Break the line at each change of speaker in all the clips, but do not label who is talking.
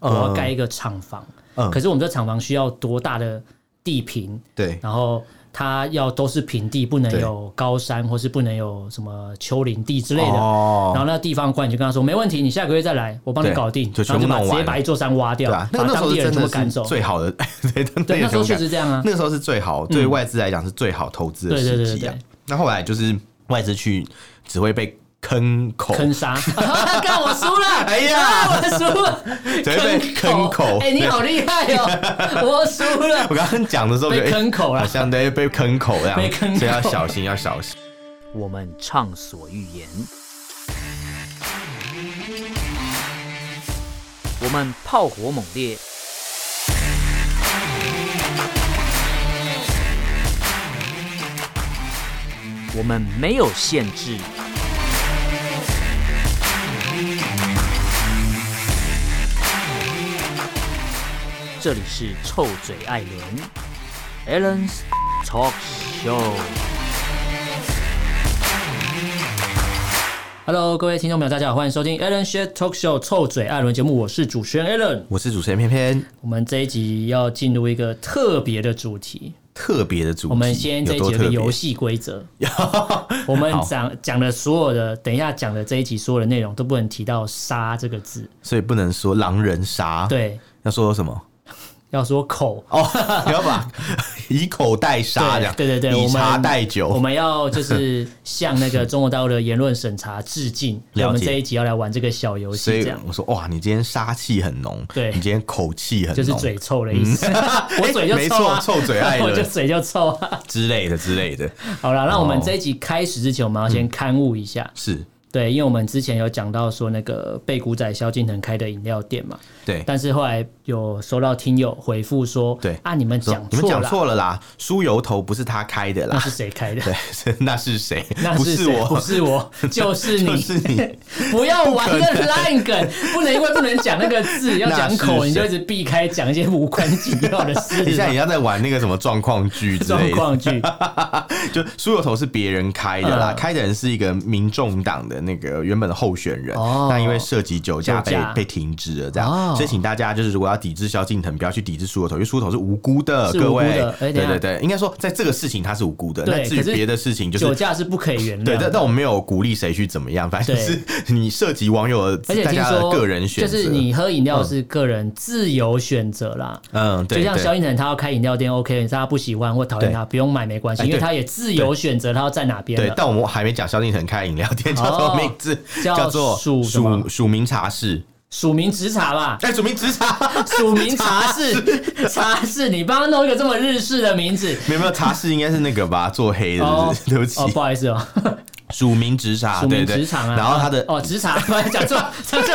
我要盖一个厂房，
嗯
可是我们这厂房需要多大的地坪？
对，
然后它要都是平地，不能
对
有高山，或是不能有什么丘陵地之类的。
哦
然后那地方官就跟他说：“没问题，你下个月再来，我帮你
对
搞定。”
就
然后
全部
就把
弄
直接
完
把一座山挖掉，
对啊，那
把
那时
当
候
地人
真
全部
的
赶
是
走。
最好的， 对，真的
对，
有
那时候
这
确
种
实这样啊嗯
感。那个时候是最好，对外资来讲是最好投资的
对对对
时机啊
对对。
那后来就是外资去只会被坑口，
坑杀，干我输了！
哎呀
啊我输 了，
只会被坑口
哎，你好厉害 哦！我输了
我，刚刚讲的时候就
被坑口
哎
了
好。像对被坑口这样，
被坑口
所以要小心，要小心。
我们畅所欲言；我们炮火猛烈；我们没有限制。这里是臭嘴艾伦 a l l e n s Talk Show。
Hello，各位听众朋友，大家好，欢迎收听 Alan s h a t Talk Show 臭嘴艾伦节目，我是主持人 Alan。
我是主持人偏偏，
我们这一集要进入一个特别的主题，
特别的主题，
我们先这一
有多
集有
特
个
别
游，戏规则，我们
好
讲讲的所有的，等一下讲的这一集所有的内容都不能提到“杀”这个字，
所以不能说狼人杀，，
对，
要说什么？
要说口。
哦， 你要把以口代啊杀，这样
对对对对，
以
我
茶
们
代酒，
我们要就是 向那个中国大陆的言论审查致敬。
了解
我们这一集要来玩这个小游
所
戏，这
以
样
我说哇，你今天杀气很浓，
对
你今天口气很浓，
就是嘴臭的意思。 我嘴就
嗯没
臭啊，
错臭嘴艾伦
我就嘴就臭啊。
之类的之类的，
好了，那我们
哦嗯
这一集开始之前，我们要先刊物一下。
是
对，因为我们之前有讲到说那个被古仔萧敬腾开的饮料店嘛，
对。
但是后来有收到听友回复说，
对
啊，你们
说
讲
你们
错
讲
了，
错了啦，酥油头不是他开的
那
啦，
是谁开的？
对，是那是谁？
那
不
是
是
谁？不
我，
是 我，就是
就
你，
是你。
不要玩个烂梗，不能因为不能讲那个 字，要讲口，
那是谁
你就一直避开讲一些无关紧要的事
你。现在也要在玩那个什么状况剧之
状
类的，
况剧，
就酥油头是别人开的啦，
嗯
开的人是一个民众党的那个原本的候选人，
哦
但因为涉及酒驾
酒
被
驾
被停职了，这样。
哦
所以请大家就是如果要抵制萧敬腾，不要去抵制酥油头，因为酥油头是无辜的，
是
各
无辜
位
的。哎等
对
一下
对对，应该说在这个事情他是无辜的，
对
那至
可
于
是
别的事情就是
酒驾是不可以原
对，
谅
但
的。
但我没有鼓励谁去怎么样，反正
对
是你涉及网友
而且
的大
听
家的
说，
个人选
就
择，
是你喝饮料是个人自由选择啦。
嗯，对，
就像
对
萧敬腾，他要开饮料店，OK，大家不喜欢或讨厌他，不用买没关系，
哎
因为
对
他也自由选择他要在哪边
对，
了。
但我们还没讲萧敬腾开饮料店叫什么名字，
哦叫
做
署什么
署署名茶室，
署名直茶吧，
哎，署名直茶，
署名茶室，茶室，你帮他弄一个这么日式的名字。
没有没有茶室应该是那个吧，做黑的，
哦
是不是 对
哦，
不
不
起，
好意思哦，
署名直茶，
署
对
名
对，
职场啊。
然后他的
哦，职场，讲错，讲错，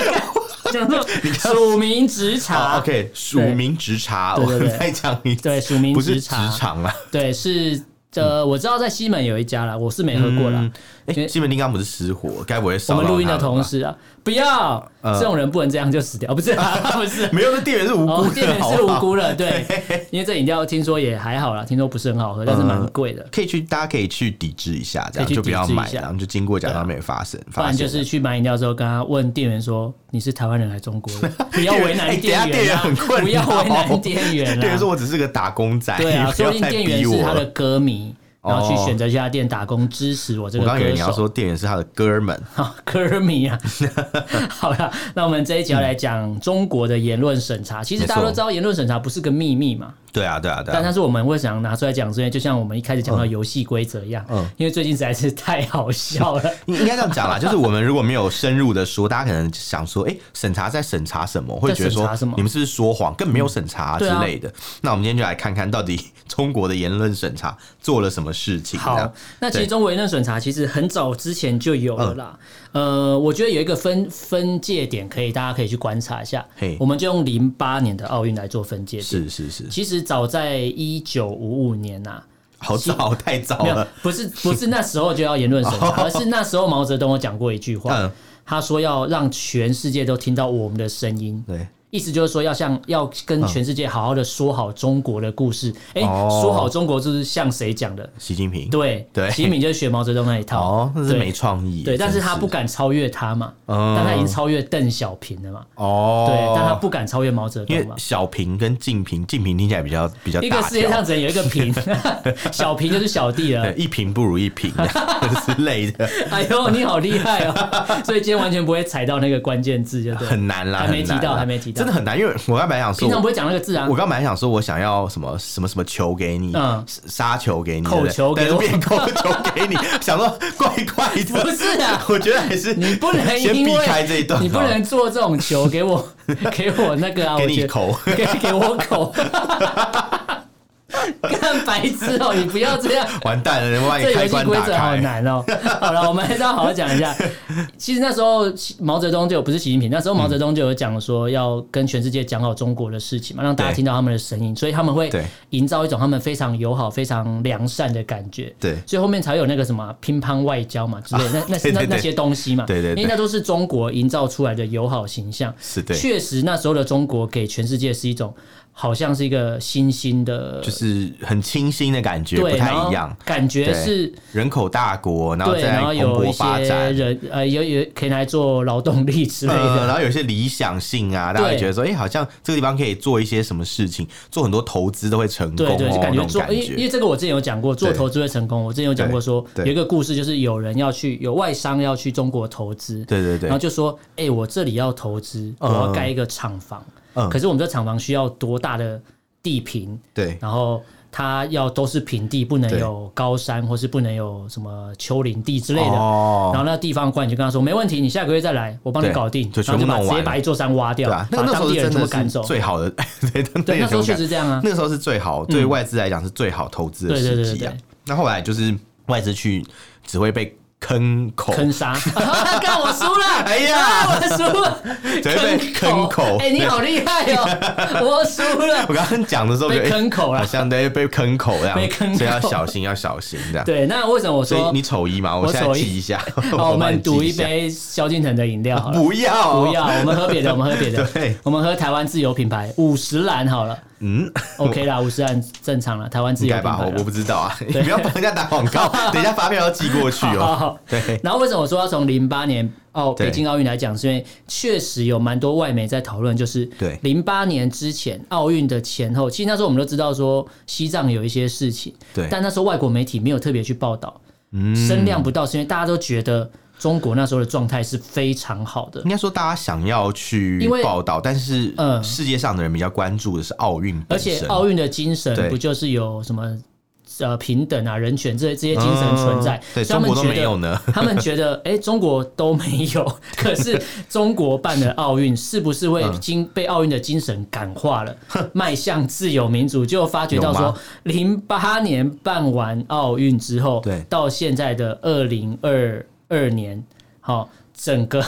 讲错，署名职
哦
场。
，OK，署名直茶，
啊对
我
对对
再讲一次，
对署名
不是
直
职
茶
场啊，
对，是呃，我知道在西门有一家啦，我是没喝过啦。
哎，西门町刚不是失火，该不会
我
烧
们
到
录音的
他们
同
吧
时啊，不要这种人不能这样就死掉，不是啊不是。
没有，那店员是无
哦
辜，的，
店员
好
是
不
无
好
辜的，对，因为这饮料听说也还好啦，听说不是很好
嗯
喝，但是蛮贵的，
可以去，大家可以去抵制一下，
可以
这样
去
就不要
抵制一
买，
下啊
然后就经过假装没有发生，
不
发
然
现
就是
了
去买饮料之后，跟他问店员说你是台湾人还是中国人， 不要为难
哎等一
员啊
下店员很，困
不要为
扰哦
难店员
店员说
啊，
我只是个打工仔，
对啊，
你 不
说不
要
定
再
店员
逼
是
我
他的
了。
歌迷，然后去
哦
选择去他店打工支持我这
我
个
刚以为
歌
你 要
手，
说店员是他的哥们，
好歌迷 啊，好了，那我们这一集要来讲中国的言论审查，其实
没
大家都
错
知道言论审查不是个秘密嘛，
对啊，对啊，对
但
啊，
但是我们会想拿出来讲，是因为就像我们一开始
嗯
讲到游戏规则一样，因为最近实在是太好笑 了。
应应该这样讲啦，就是我们如果没有深入的说，大家可能想说，哎，审查在审查什么？会觉
在
得
审
说
查什么
你们是不是说谎，更没有审查啊之
对啊
类的。那我们今天就来看看到底 中国的言论审查做了什么事情。这
好
样，
那其实
对
中国言论审查其实很早之前就有了啦。
嗯
呃，我觉得有一个分分界点，可以大家可以去观察一下
嘿。
我们就用零八年的奥运来做分界点。
是是是，
其实早在一九五五年呐、
好早，太早
没有
了。，
不 是不是那时候就要言论审查，而是那时候毛泽东有讲过一句话，
哦嗯
他说要让全世界都听到我们的声音，
对，
意思就是说要像要跟全世界好好的说好中国的故事。哎、
嗯哦
说好中国就是像谁讲的？
习近平，
对
对
习近平就是学毛泽东那一套。
哦，那是
对
没创意，
对，但是
真
他不敢超越他嘛，
嗯
但他已经超越邓小平了嘛，
哦，
对，但他不敢超越毛泽
因
东嘛
为。小平跟静平，静平听起来比较比较
一个
大
世界上
条，
只能有一个平， 小平就是小弟了
对，。一平不如一平啊 之类的，
哎呦，你好厉害哦！所以今天完全不会踩到那个关键字，就对了。
很难啦，
还没提
很难
到，
啦
还没提到，
真的很难，因为我刚本来想说
平常不。会讲那个字啊
我。刚本来想说，我想要什么什么什么球给你，
嗯
杀球给你，
扣球
对
给
不
我
对但是变扣球给你， 想说怪怪的，
不是啊
我觉得还 是
你不能
先
因
避
为
开这一段，哦
你不
好
能做这种球给我，给我那个啊，
给
我觉
你
得
口，
给给我口， 干白痴哦！你不要这样，
完蛋了，人家把你
这游
开
戏
关
规
打
则好
开，
难 哦。好了，我们还是要好好讲一下。其实那时候毛泽东就有不是习近平，那时候毛泽东就有讲说要跟全世界讲好中国的事情嘛，让大家
对
听到他们的声音，所以他们会
对
营造一种他们非常友好、非常良善的感觉。
对
所以后面才有那个什么乒乓外交嘛之类的， 那那
对对
那
对
那些东西嘛，
对对对
因为那都是中国营造出来的友好形象。
是对，
确实，那时候的中国给全世界是一种好像是一个新兴的，
就是很清新的感觉，不
对，
太
然后
一样。
感觉
对
是。
人口大国，然后
对，
再
然后
蓬
有一
勃发
些
展，
人呃，有有可以拿来做劳动力之类
呃，
的。
然后有一些理想性啊，大家会
对
觉得说，哎、好像这个地方可以做一些什么事情，做很多投资都会成功、
对
哦，
对，就感
那
觉
种
做，
感
因为因为
觉。
这个我之前有讲过，做
对
投资会成功。我之前有讲过说，有
对对
一个故事，就是有人要去，有外商要去中国投资，
对对对
然后就说，哎，我这里要投资，我要盖一个厂房，
嗯
可是我们这厂房需要多大的地坪，
对
然后它要都是平地，不能
对
有高山，或是不能有什么丘陵地之类的。然
哦，
后那地方官你就跟他说没问题，你下个月再来，我帮你
对
搞定，
就
然后就
全部
把
弄
直
完
接把一座山挖掉，
对啊，那
把
个那时
当
候
地人
真
全部
的
赶
是
走。
最好的， 对
对，那时候确实
这
这样啊。
那个时候是最好，对外资来讲是最好投资的
对对对
时
对
机啊
对。
那后来就是外资去只会被坑口，
坑 杀，看我输了！
哎呀
啊我输 了，
对被坑口
哎，你好厉害 哦！我输了，
我刚刚讲的时候觉得
被
诶
坑口
好
了。
像对被坑口这样，
被坑口
所以要小心，要小心这样。
对，那为什么我
所以
说
你丑一嘛，我
我
现在
丑一
记 一下，
好我
帮你
们
记
赌一
下，
杯萧敬腾的饮料好了？
不要
不要，我们喝别 的，我们喝别的，
对，
我们喝台湾自有品牌五十岚好了
嗯，
，OK 啦，五十岚正常了，台湾自
应
有
该
品牌
吧？我
啦。
我不知道 啊，你不要帮人家打广告，等一下发票要寄过去
好好
哦
好。
对，
然后为什么我说要从零八年哦
对
北京奥运来讲，是因为确实有蛮多外媒在讨论，就是
对
零八年之前奥运的前后，其实那时候我们都知道说西藏有一些事情，
对嗯
但那时候外国媒体没有特别去报道，声量不到，是因为大家都觉得中国那时候的状态是非常好的
应。该说大家想要去
因为
报道，但是
嗯
世界上的人比较关注的是奥运
而
本身，
且奥运的精神
对
不就是有什么呃平等啊、人权这这些精神存在
嗯？对
所以他
中
们
国都
觉得
没有呢。
他们觉得，哎、中国都没 有，可是中国办的奥运是不是
嗯
会经被奥运的精神感化了，迈向自由民主？就发觉到
有
说
吗，
零八年办完奥运之后，
对
到现在的二零二二年，好，整个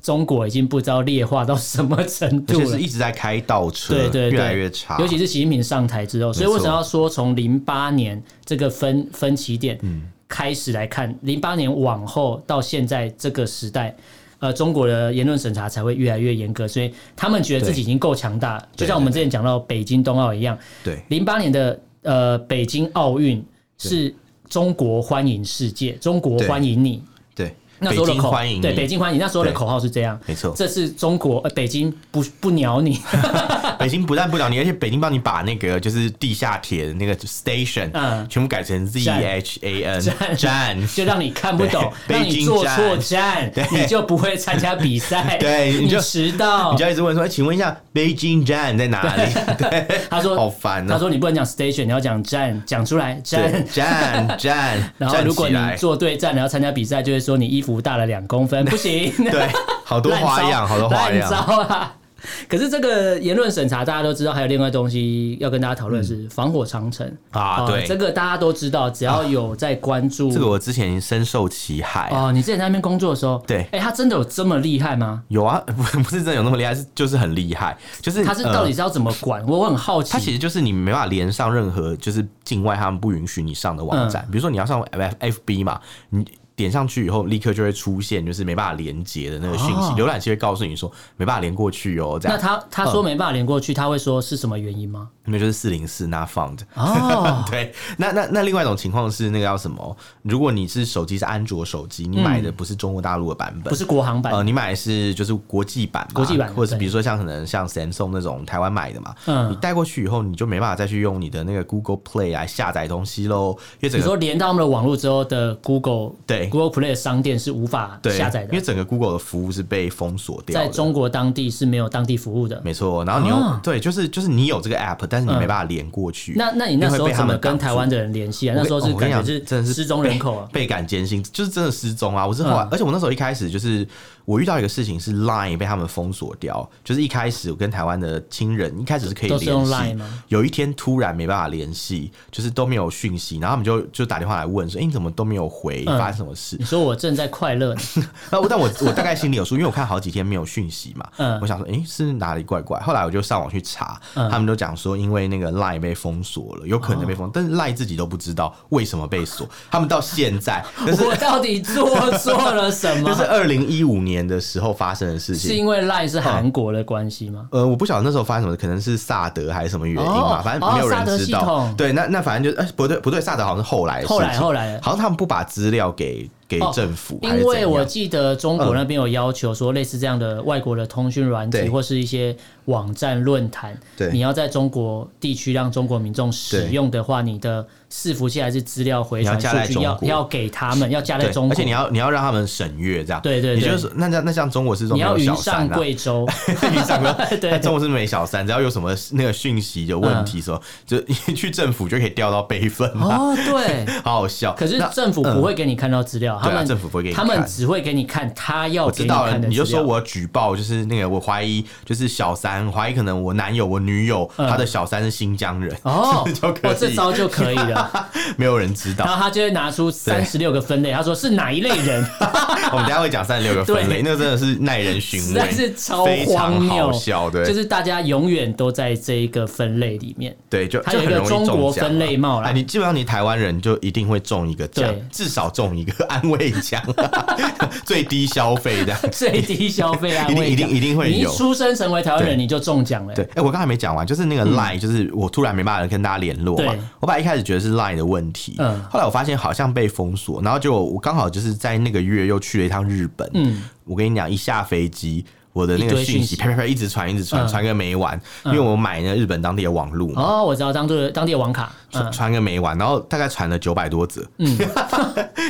中国已经不知道劣化到什么程
而
度
且
了
是。一直在开倒车，
对对对，
越来越差。
尤其是习近平上台之后，所以
没错
为什么要说从零八年这个分分歧点
嗯
开始来看，零八年往后到现在这个时代。呃，中国的言论审查才会越来越严格，所以他们觉得自己已经够强大了。就
对
像我们之前讲到北京冬奥一样，
对
零八年的呃北京奥运是中国欢迎世界，中国欢迎你。
对，
那
北
时候的
京
口
欢迎你，
对北京欢迎你，那时候的
对
口号是这样。
没错，
这是中国呃北京不不鸟你，
北京不但不了你，而且北京帮你把那个就是地下铁的那个 station，
嗯
全部改成 Z
站
H A N
站
站。
就让你看不懂，
对
让
北
你
京
做
站
错站
对，
你就不会参加比赛，
对你
你
就
迟到
你就。要一直问说，哎、请问一下，北京站在哪里？对，
他说
好烦
他
哦、
说你不能讲 station，你要讲站，讲出来
对
站。
站站，
然后
站
如果
起
你
来，
做对站，然后参加比赛，就会说你衣服大了两公分，不行。
对，好多
烂招
花样，好多花
烂
样，
招啊！ 可是这个言论审查，大家都知道，还有另外东西要跟大家讨论是防火长城
啊
呃
对啊
这个大家都知道，只要有在关注
这个我之前深受其害、啊。
哦，你之前在那边工作的时候，
对
哎，他真的有这么厉害吗？
有啊， 不不是真的有那么厉害，是就是很厉害，就是
他是
呃
到底是要怎么管？我很好奇。
它其实就是你没办法连
嗯
上任何就是境外他们不允许你上的网站，比如说你要上 F F B 嘛，你点上去以后，立刻就会出现就是没办法连接的那个讯息，
哦
浏览器会告诉你说没办法连过去哦，这
那
样。
他他说没办法连过去，他会说是什么原因吗？
那就是四零四 not found。，
哦
对，那那那另外一种情况是那个叫什么？如果你是手机是安卓手机，你买
嗯
的不是中国大陆的版本，
不是国行版
呃，，你买的是就是国际版嘛，
国际版
或者是
对
比如说像可能像 Samsung 那种台湾买的嘛，
嗯
你带过去以后，你就没办法再去用你的那个 Google Play 来下载东西喽，因为整
你
个
说连到他们的网络之后的 Google
对
Google Play 的商店是无法
对
下载
因为
的，啊
整个 Google 的服务是被封锁掉
在
的。
中国当地是没有当地服务的。
没错，然后你用、
啊
对，就是就是你有这个 app，但是你没办法连过去。
那那你那时
因为
候
被他
怎
们
么跟
挡住
台湾的人联系啊？那时候是
我跟
感觉
你讲
是
真的是
失踪人口 啊。
倍感艰辛，就是真的失踪啊！我是后来，
嗯
而且我那时候一开始就是我遇到一个事情是 Line 被他们封锁掉，就是一开始我跟台湾的亲人一开始是可以
都
联
是用
系，
Line 吗
有一天突然没办法联系，就是都没有讯息，然后他们就就打电话来问说：“哎、你怎么都没有回？
嗯
发生什么事
你说我正在快乐呢，？”
那、但我我大概心里有数，因为我看好几天没有讯息嘛，
嗯
我想说：“哎、是哪里怪怪？”后来我就上网去查，
嗯哦
他们都讲说因为那个 Line 被封锁了，有可能被封，但是 Line 自己都不知道为什么被锁，他们到 现在，但是
我到底做错了什么
这？是二零一五年的时候发生的事
是
情。
因为 Line 是韩国的关系吗？
呃，我不晓得那时候发生什么，可能是萨德还是什么原因嘛，
哦
反正没有
哦萨
人
德
知
系
道。
统
对，那那反正就哎、不对不对，萨德好像是后来的事情
后来后来
好像他们不把资料给给
哦
政府，还
因
是怎
为我
样？
记得中国那边有要求说，类似这样的外国的通讯软体
嗯对
或是一些网站论坛
对，
你要在中国地区让中国民众使用的话，你的伺服器还是资料回传
你要加在
数据要
中国
要给他们，要加在
对
中，国，
而且你要你要让他们审阅这样，
对对
你就
对
是那像那像中国是这
你
种
要
没有
云
小三
上
啊，
贵州，
云上贵
对嗯
那中国是没小三，只要有什么那个讯息有问题什么，就 去政府就可以调到备份嘛，
哦，对。
好好笑。
可是
那
政府不会给你看到资料，他
对啊
们
政府不会给你
他们
看
只会给你看他要
我
给
知
你
道了，
看的
你就
资料
说我举报，就是那个我怀疑，就是小三，怀疑可能我男友、我女友、
嗯
他的小三是新疆人，
哦
就，可以
我这招就可以了。
没有人知
然
道。
后他就会拿出三十六个分类，他说是哪一类 人，
我们等一下会讲三十六个分类，那真的是耐人寻
实
味，
在是超
非
荒
常好
谬，
笑，对，
就是大家永远都在这一个分类里面。
对，就
它
就
有一
很
个
容易
中
中
国
奖
分
啊
类帽啦
啊，你基本上你台湾人就一定会中一个奖
对，
至少中一个 安慰奖，最低消费这样。
最低消费安慰奖
一定一定一定会有
你一出生成为台湾人，
对
你就中奖了。
对，哎、我刚才没讲完，就是那个 Line，、就是我突然没办法跟大家联络嘛
嗯对。
我本来一开始觉得是 Line 的问题，
嗯
后来我发现好像被封锁，然后就我刚好就是在那个月又去了一趟日本，
嗯
我跟你讲，一下飞机。我的那
一
个
堆
讯
讯息
息啪啪啪一直传一直传，
嗯
传、个没完，因为我买那个日本当地的网路嘛，
哦，我知道当地当地的网 卡，
传
嗯，
传个没完，然后大概传了九百多则，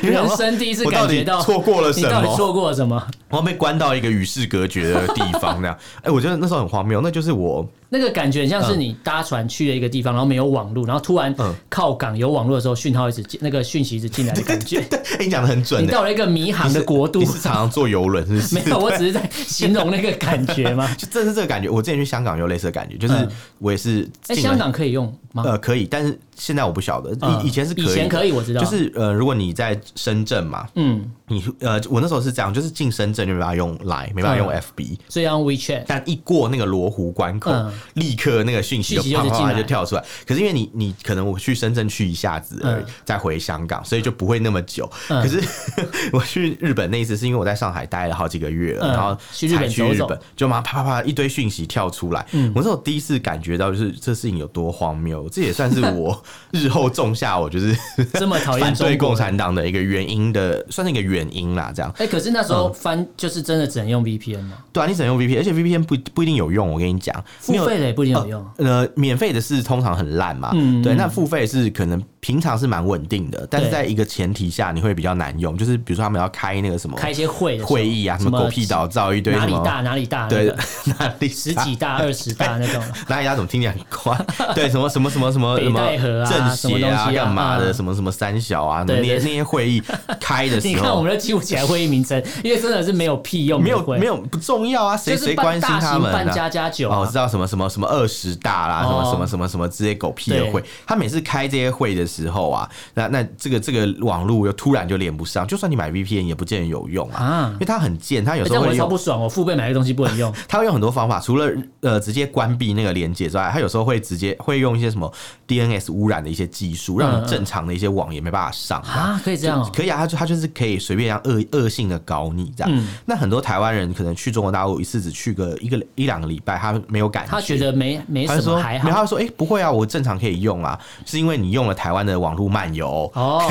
你想
人
说
生第一次
我到
感
底
觉到
错过了什
你到底
么？
错过了什么？
然后被关到一个与世隔绝的地方，这样。 哎、我觉得那时候很荒谬，那就是我
那个感觉很像是你搭船去了一个地方，然后没有网络，然后突然
嗯
靠港有网络的时候，讯号一直进，那个讯息一直进来的感觉。
哎、你讲的很准
你
的、
到了一个迷航的国度
你，是常常坐游轮，是不是？。
没有，我只是在形容那个感觉嘛
就正是这个感觉。我之前去香港有类似的感觉，就是
嗯
我也是
哎，
进了、
香港可以用吗？
呃可以，但是现在我不晓得，以、
嗯
以前是可以
以
的，
前可以，我知道。
就是呃，如果你在深圳嘛，
嗯，
你呃，我那时候是这样，就是进深圳就没办法用 Line，没办法
嗯
用 FB，、
所以要用 WeChat。
但一过那个罗湖关口，
嗯
立刻那个讯息就
讯息就
啪
是
啪
进
啪
来
就跳出来。可是因为你你可能我去深圳去一下子而已，
嗯
再回香港，所以就不会那么久。
嗯
可是 我去日本那一次是因为我在上海待了好几个月
嗯
了，然后
去日
才
本
去
走
日
走嗯
本，就马上啪啪啪一堆讯息跳出来。我那时候第一次感觉到就是这事情有多荒谬，这也算是我日后种下我就是
这么讨厌
反对
中国
共
人
产党的一个原因的，算是一个原因啦。这样
哎、可是那时
嗯
候翻就是真的只能用 VPN 吗？
对啊，你只能用 VPN，而且 VPN 不不一定有用。我跟你讲，
付
没有
费的也不一定有用。
呃，免费的是通常很烂嘛，
嗯
对，那付费是可能平常是蛮稳定的，但是
对
在一个前提下，你会比较难用，就是比如说他们要开那个什么
开一些会的时候
会议啊，什么狗屁倒灶一堆
哪
什
里
么，
大哪里大，那
对啊
个，
哪里
十
大
几大、二十大那种。
哪里大怎么听起来很快？ 对，什么什么什么什么
北
什么
戴河啊
政
什么
协
东西啊
干嘛的，
嗯
什么什么三小啊，什么
对
那些
对
那些会议开 的
你
时
看我
候，
们的记不起来会议名称，因为真的是没有屁用的
没有
会
没有不重要啊，谁
就是
谁
办
关心
大
他
型
们
办
啊？
家家酒
哦，我
啊
知。道什么什什么什么二十大啦，什么
哦
什么什么什么这些狗屁的会
对，
他每次开这些会的时候啊，那那这个这个网络又突然就连不上，就算你买 VPN 也不见得有用啊，
啊
因为它很贱，它有
欸
时
这样
候
我
会
超
用
不爽，我父辈买的东西不能用，
他会用很多方法，除了呃直接关闭那个连接之外，他有时候会直接会用一些什么 DNS 污染的一些技术，让
嗯嗯
你正常的一些网也没办法上
啊可以这样哦
就可以啊，他就他就是可以随便这样恶恶性的搞你这样。
嗯
那很多台湾人可能去中国大陆一次只去个一个一两个礼拜，他没有感觉，
他觉得没没
他就
什
说
么还
没有
好
他就说哎、诶不会啊，我正常可以用啊，是因为你用了台湾的网络漫游。
哦，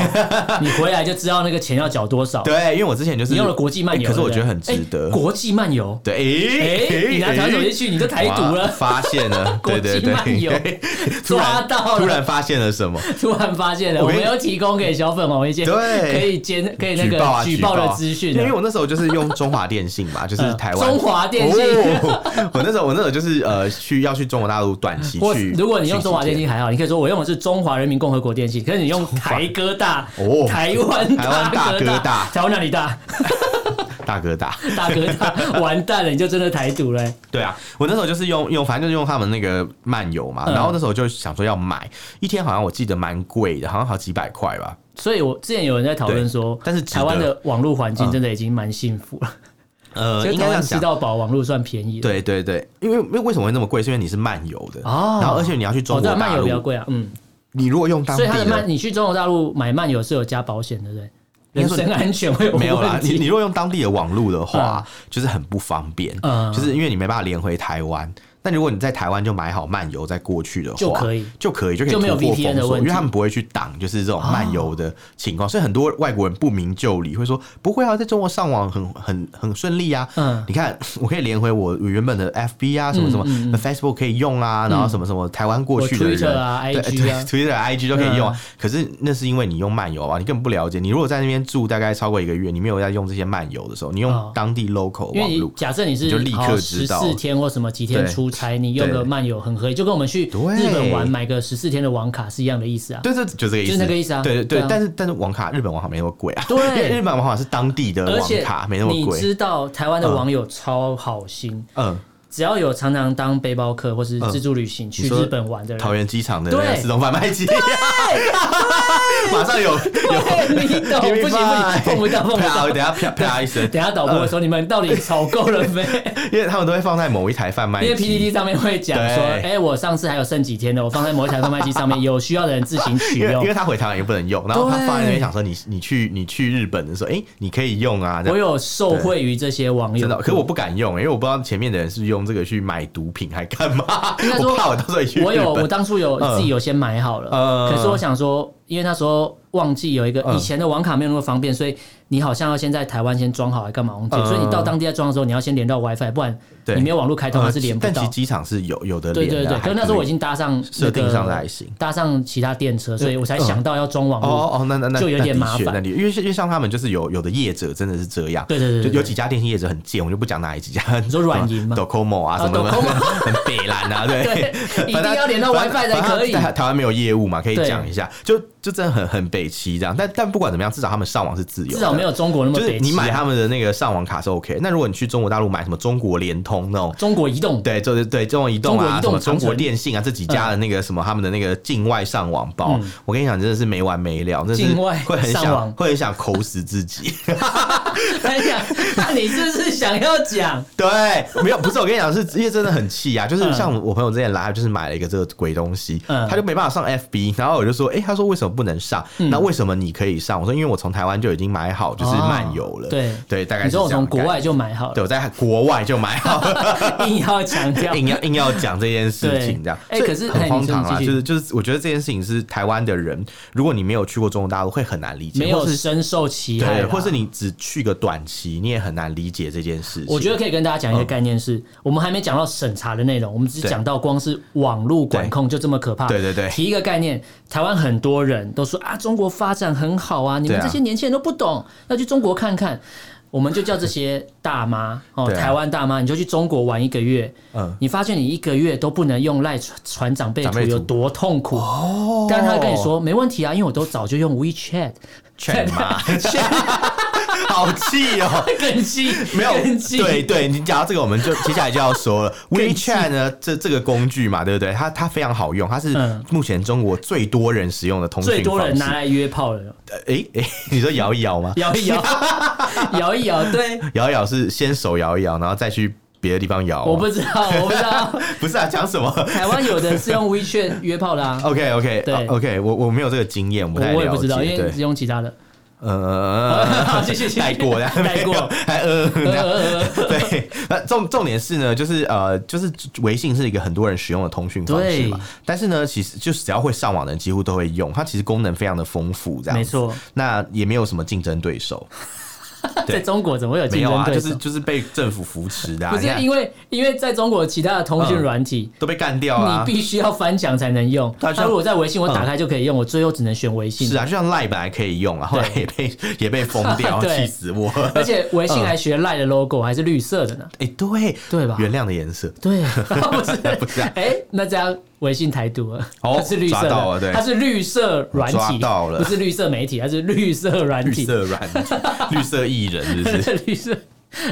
你回来就知道那个钱要缴多少。
对，因为我之前就是
你用了国际漫
诶
游，
哎可是我
对不对
觉得很值得。
欸国际漫游，
对，诶
哎
诶
你拿台湾手机去你就台独了
哇发现 了，
国
对对
际
对，
漫游
突
抓
然
到
突
了，
然发现了什么？
突然发现了，
我
我
跟
们
你
要提供给小粉红一些
对
可以监可以那
举报啊，
个举报
啊
的资讯
因
了，
为我那时候就是用中华电信 嘛，就是台湾
中华电信。
哦我那时候我那时候就是呃去要去中国大陆短期
我
去，
嗯如果你用中华电信还好，你可以说我用的是中华人民共和国电信。可是你用台哥大，
哦
台湾
台湾大
哥
哥大
台湾哪里大？
大哥大，
大哥大， 完蛋了，你就真的台独了欸。
对啊，我那时候就是用用，反正就是用他们那个漫游嘛，
嗯
然后那时候就想说要买，一天好像我记得蛮贵的，好像好几百块吧，
所以我之前有人在讨论说
对，但是值得嗯
台湾的网络环境真的已经蛮幸福了，
呃，
就
应
台
该这
湾
样
吃
讲。
到饱，网络算便宜的。
对对对，因为因为为什么会那么贵？是因为你是漫游的，
哦
然后而且你要去中
哦，
国
对啊，
大
漫游比较
陆，
贵啊，嗯，
你如果用当
所
地
以它的
的
漫，你去中国大陆买漫游是有加保险的，对不对？
应
人
该说
身安全会有
没有啦
问，
你你
题。
如果用当地的网路的话，就是很不方便，
嗯
就是因为你没办法连回台湾。但如果你在台湾就买好漫游再过去的话，
就可以，
就可以，就可以
就没有
突破
VPN
封
的
锁
问题
因为他们不会去挡就是这种漫游的情况，所以很多外国人不明就里，会说不会啊，在中国上网很很很顺利啊。
嗯
你看 我可以连回我原本的 FB 啊，什么什么、
嗯
Facebook 可以用啊，然后什么什么台湾过去的
我
人
Twitter 啊
对
IG 啊
Twitter、IG 都可以用啊。
嗯
可是那是因为你用漫游啊，你根本不了解。你如果在那边住大概超过一个月，你没有在用这些漫游的时候，你
哦
用当地 local
因为
网
你
路，
假设你是哦
你就立刻
十
知道
四天或什么几天
对
出差，你用个
对
漫游很合理，就跟我们去
对
日本玩买个十四天的网卡是一样的意思啊。
对对，就这个意思，
就是那个意思啊
对对
对
对
啊，
但是但是网卡日本网卡没那么贵啊，
对
因为日本网卡是当地的
而
网
且
卡，没那么
你
贵。
知道台湾的网友超好心，
嗯，
只要有常常当背包客或是自助旅行去
你说
日本玩的人，
桃园机场的
对
那个自动贩卖 机，马上有有。
对 你懂
有
不行不行，碰不到 碰不
啪
到
等。下啪啪一声，
等一下导播说你们到底 吵够了没？
因为他们都会放在某一台贩卖
因为
机
PPT，上面会讲说，
对
哎，我上次还有剩几天的，我放在某一台贩 卖机上面，有需要的人自行取
因为因
用
为。他回台湾也不能用，然后他
对
放在那边想说你你去你去日本的时候，哎，你可以用啊，这样
我有受惠于这些网友
真的，，可是我不敢用、因为我不知道前面的人是用这个去买毒品还干嘛，
应该说
我怕我到时候也去
我有，
日本
我当初有
嗯
自己有先买好了，
嗯
可是我想说，因为那时候忘记有一个
嗯
以前的网卡没有那么方便，所以你好像要先在台湾先装好，还干嘛忘记？
嗯
所以你到当地再装的时候，你要先连到 WiFi，不然
对
你没有网络开通
呃
还是连不
但其
到
实。机场是有有的
对
连的，
对对，
还
可是那时候我已
以
经搭上
设定
那个
上的还行嗯
搭上其他电车，所以我才想到要装网络。
哦哦，那那那
就有点
那的确
麻烦
那的因为因为像他们就是有有的业者真的是这样，
对对对对
就
对
有几家电信业者很贱，我就不讲哪 几家，你
说软银吗
Docomo 啊
啊
什么的，
Docomo
很北蓝啊，对
对， 一定要连到 WiFi 才可以
反正台台湾没有业务嘛，可以
对
讲一下，就就真的很很北齐这样，但但不管怎么样，至少他们上网是自由的，
至少没有中国那么
就是
北
你
齐
买
啊。
他们的那个上网卡是 OK，那如果你去中国大陆买什么中国联通那种。
中国移动，
对，就是对中国移动
嗯中国
啊，
移动嗯
什么
长
中国
城
电信啊，这几家的那个什么他们的那个境外上网包，我跟你讲真的是没完没了，真的是
嗯境外
会很
上网
想会很想口死自己。
哎呀，那你是不是想要讲？
对，没有不是我跟你讲，是因为真的很气啊，就是
嗯
像我朋友之前来，他就是买了一个这个鬼东西，
嗯
他就没办法上 FB，然后我就说，哎，他说为什么不能上？那为什么你可以上？我说因为我从台湾就已经买好就是漫游了，
嗯哦对
对，大概
你
是
说我
这样
从
的概
国
念
外就买好
对，
了，
我在国外就买好了，
硬要强调。
硬要硬要讲这件事情，这样，
对哎
所以
可是哎你
很荒唐
你
啦，
继
就
续
是就是，我觉得这件事情是台湾的人，如果你没有去过中国大陆，会很难理解，
没有
或是
深受其害啊
对，
啦，
或是你只去个短期，你也很难理解这件事情。
我觉得可以跟大家讲一个概念
嗯
是，我们还没讲到审查的内容，我们只讲到光是网络管控就这么可怕。
对对对
提一个概念，台湾很多人都说啊，中国发展很好啊，你们
对啊
这些年轻人都不懂，要去中国看看。我们就叫这些大妈哦，
对啊
台湾大妈，你就去中国玩一个月，
嗯
你发现你一个月都不能用赖传传长辈
长
图
辈图
有多痛苦哦。 但是他跟你说没问题啊，因为我都早就用 WeChat，
劝妈，好气哦、
更气，
没有
更气，
对对， 你讲到这个，我们就接下来就要 说了。
气
WeChat 呢，这这个工具嘛，对不对？它它非常好用，它是
嗯
目前中国最多人使用的通讯
最多人
方式
拿。来约炮 了，
呃诶诶，你说摇一摇吗？
摇一摇，
啊
摇一摇，对，
摇一摇是先手摇一摇，然后再去别的地方摇啊。
我不知道，我不知 道，
不是啊，讲什么
台湾有的是用 WeChat 约炮的啊，
？OK OK
对
OK，我我没有这个经验，我哦不
我
太
我也
了
不
解。
知道，因为
对
是用其他的，
呃，
谢谢谢谢
带过，
带过
没有 还呃，
呃呃呃
对，那重重点是呢，就是呃，就是微信是一个很多人使用的通讯方式嘛
对。
但是呢，其实就是只要会上网的人几乎都会用，它其实功能非常的丰富，这样
没
子。
错，
那也没有什么竞争对手，对
在中国怎么会有
没
竞
有
争
啊，
对
就是
手？
就是被政府扶持的、啊，
不是
你看
因为因为在中国其他的通讯
嗯
软体，
都被干掉
你
啊。
必须要翻墙才能用。
它
它
像
如果在微信我打开就可以用，我最后只能选微信。
是啊，就像赖本来可以用啊，后来
对
也被 也被封掉，
对
气死我！
而且微
嗯
信还学赖的 logo 还是绿色的呢。
哎、对
对吧
原谅的颜色，
对， 不是
啊 不是啊
哎、那这样微信台独了，
哦
它是绿色
抓到了
的，
对
它是绿色软体，
抓到了
不是绿色媒体，它是绿色软
绿
体，
色 软体，绿色艺人，是不是？
绿色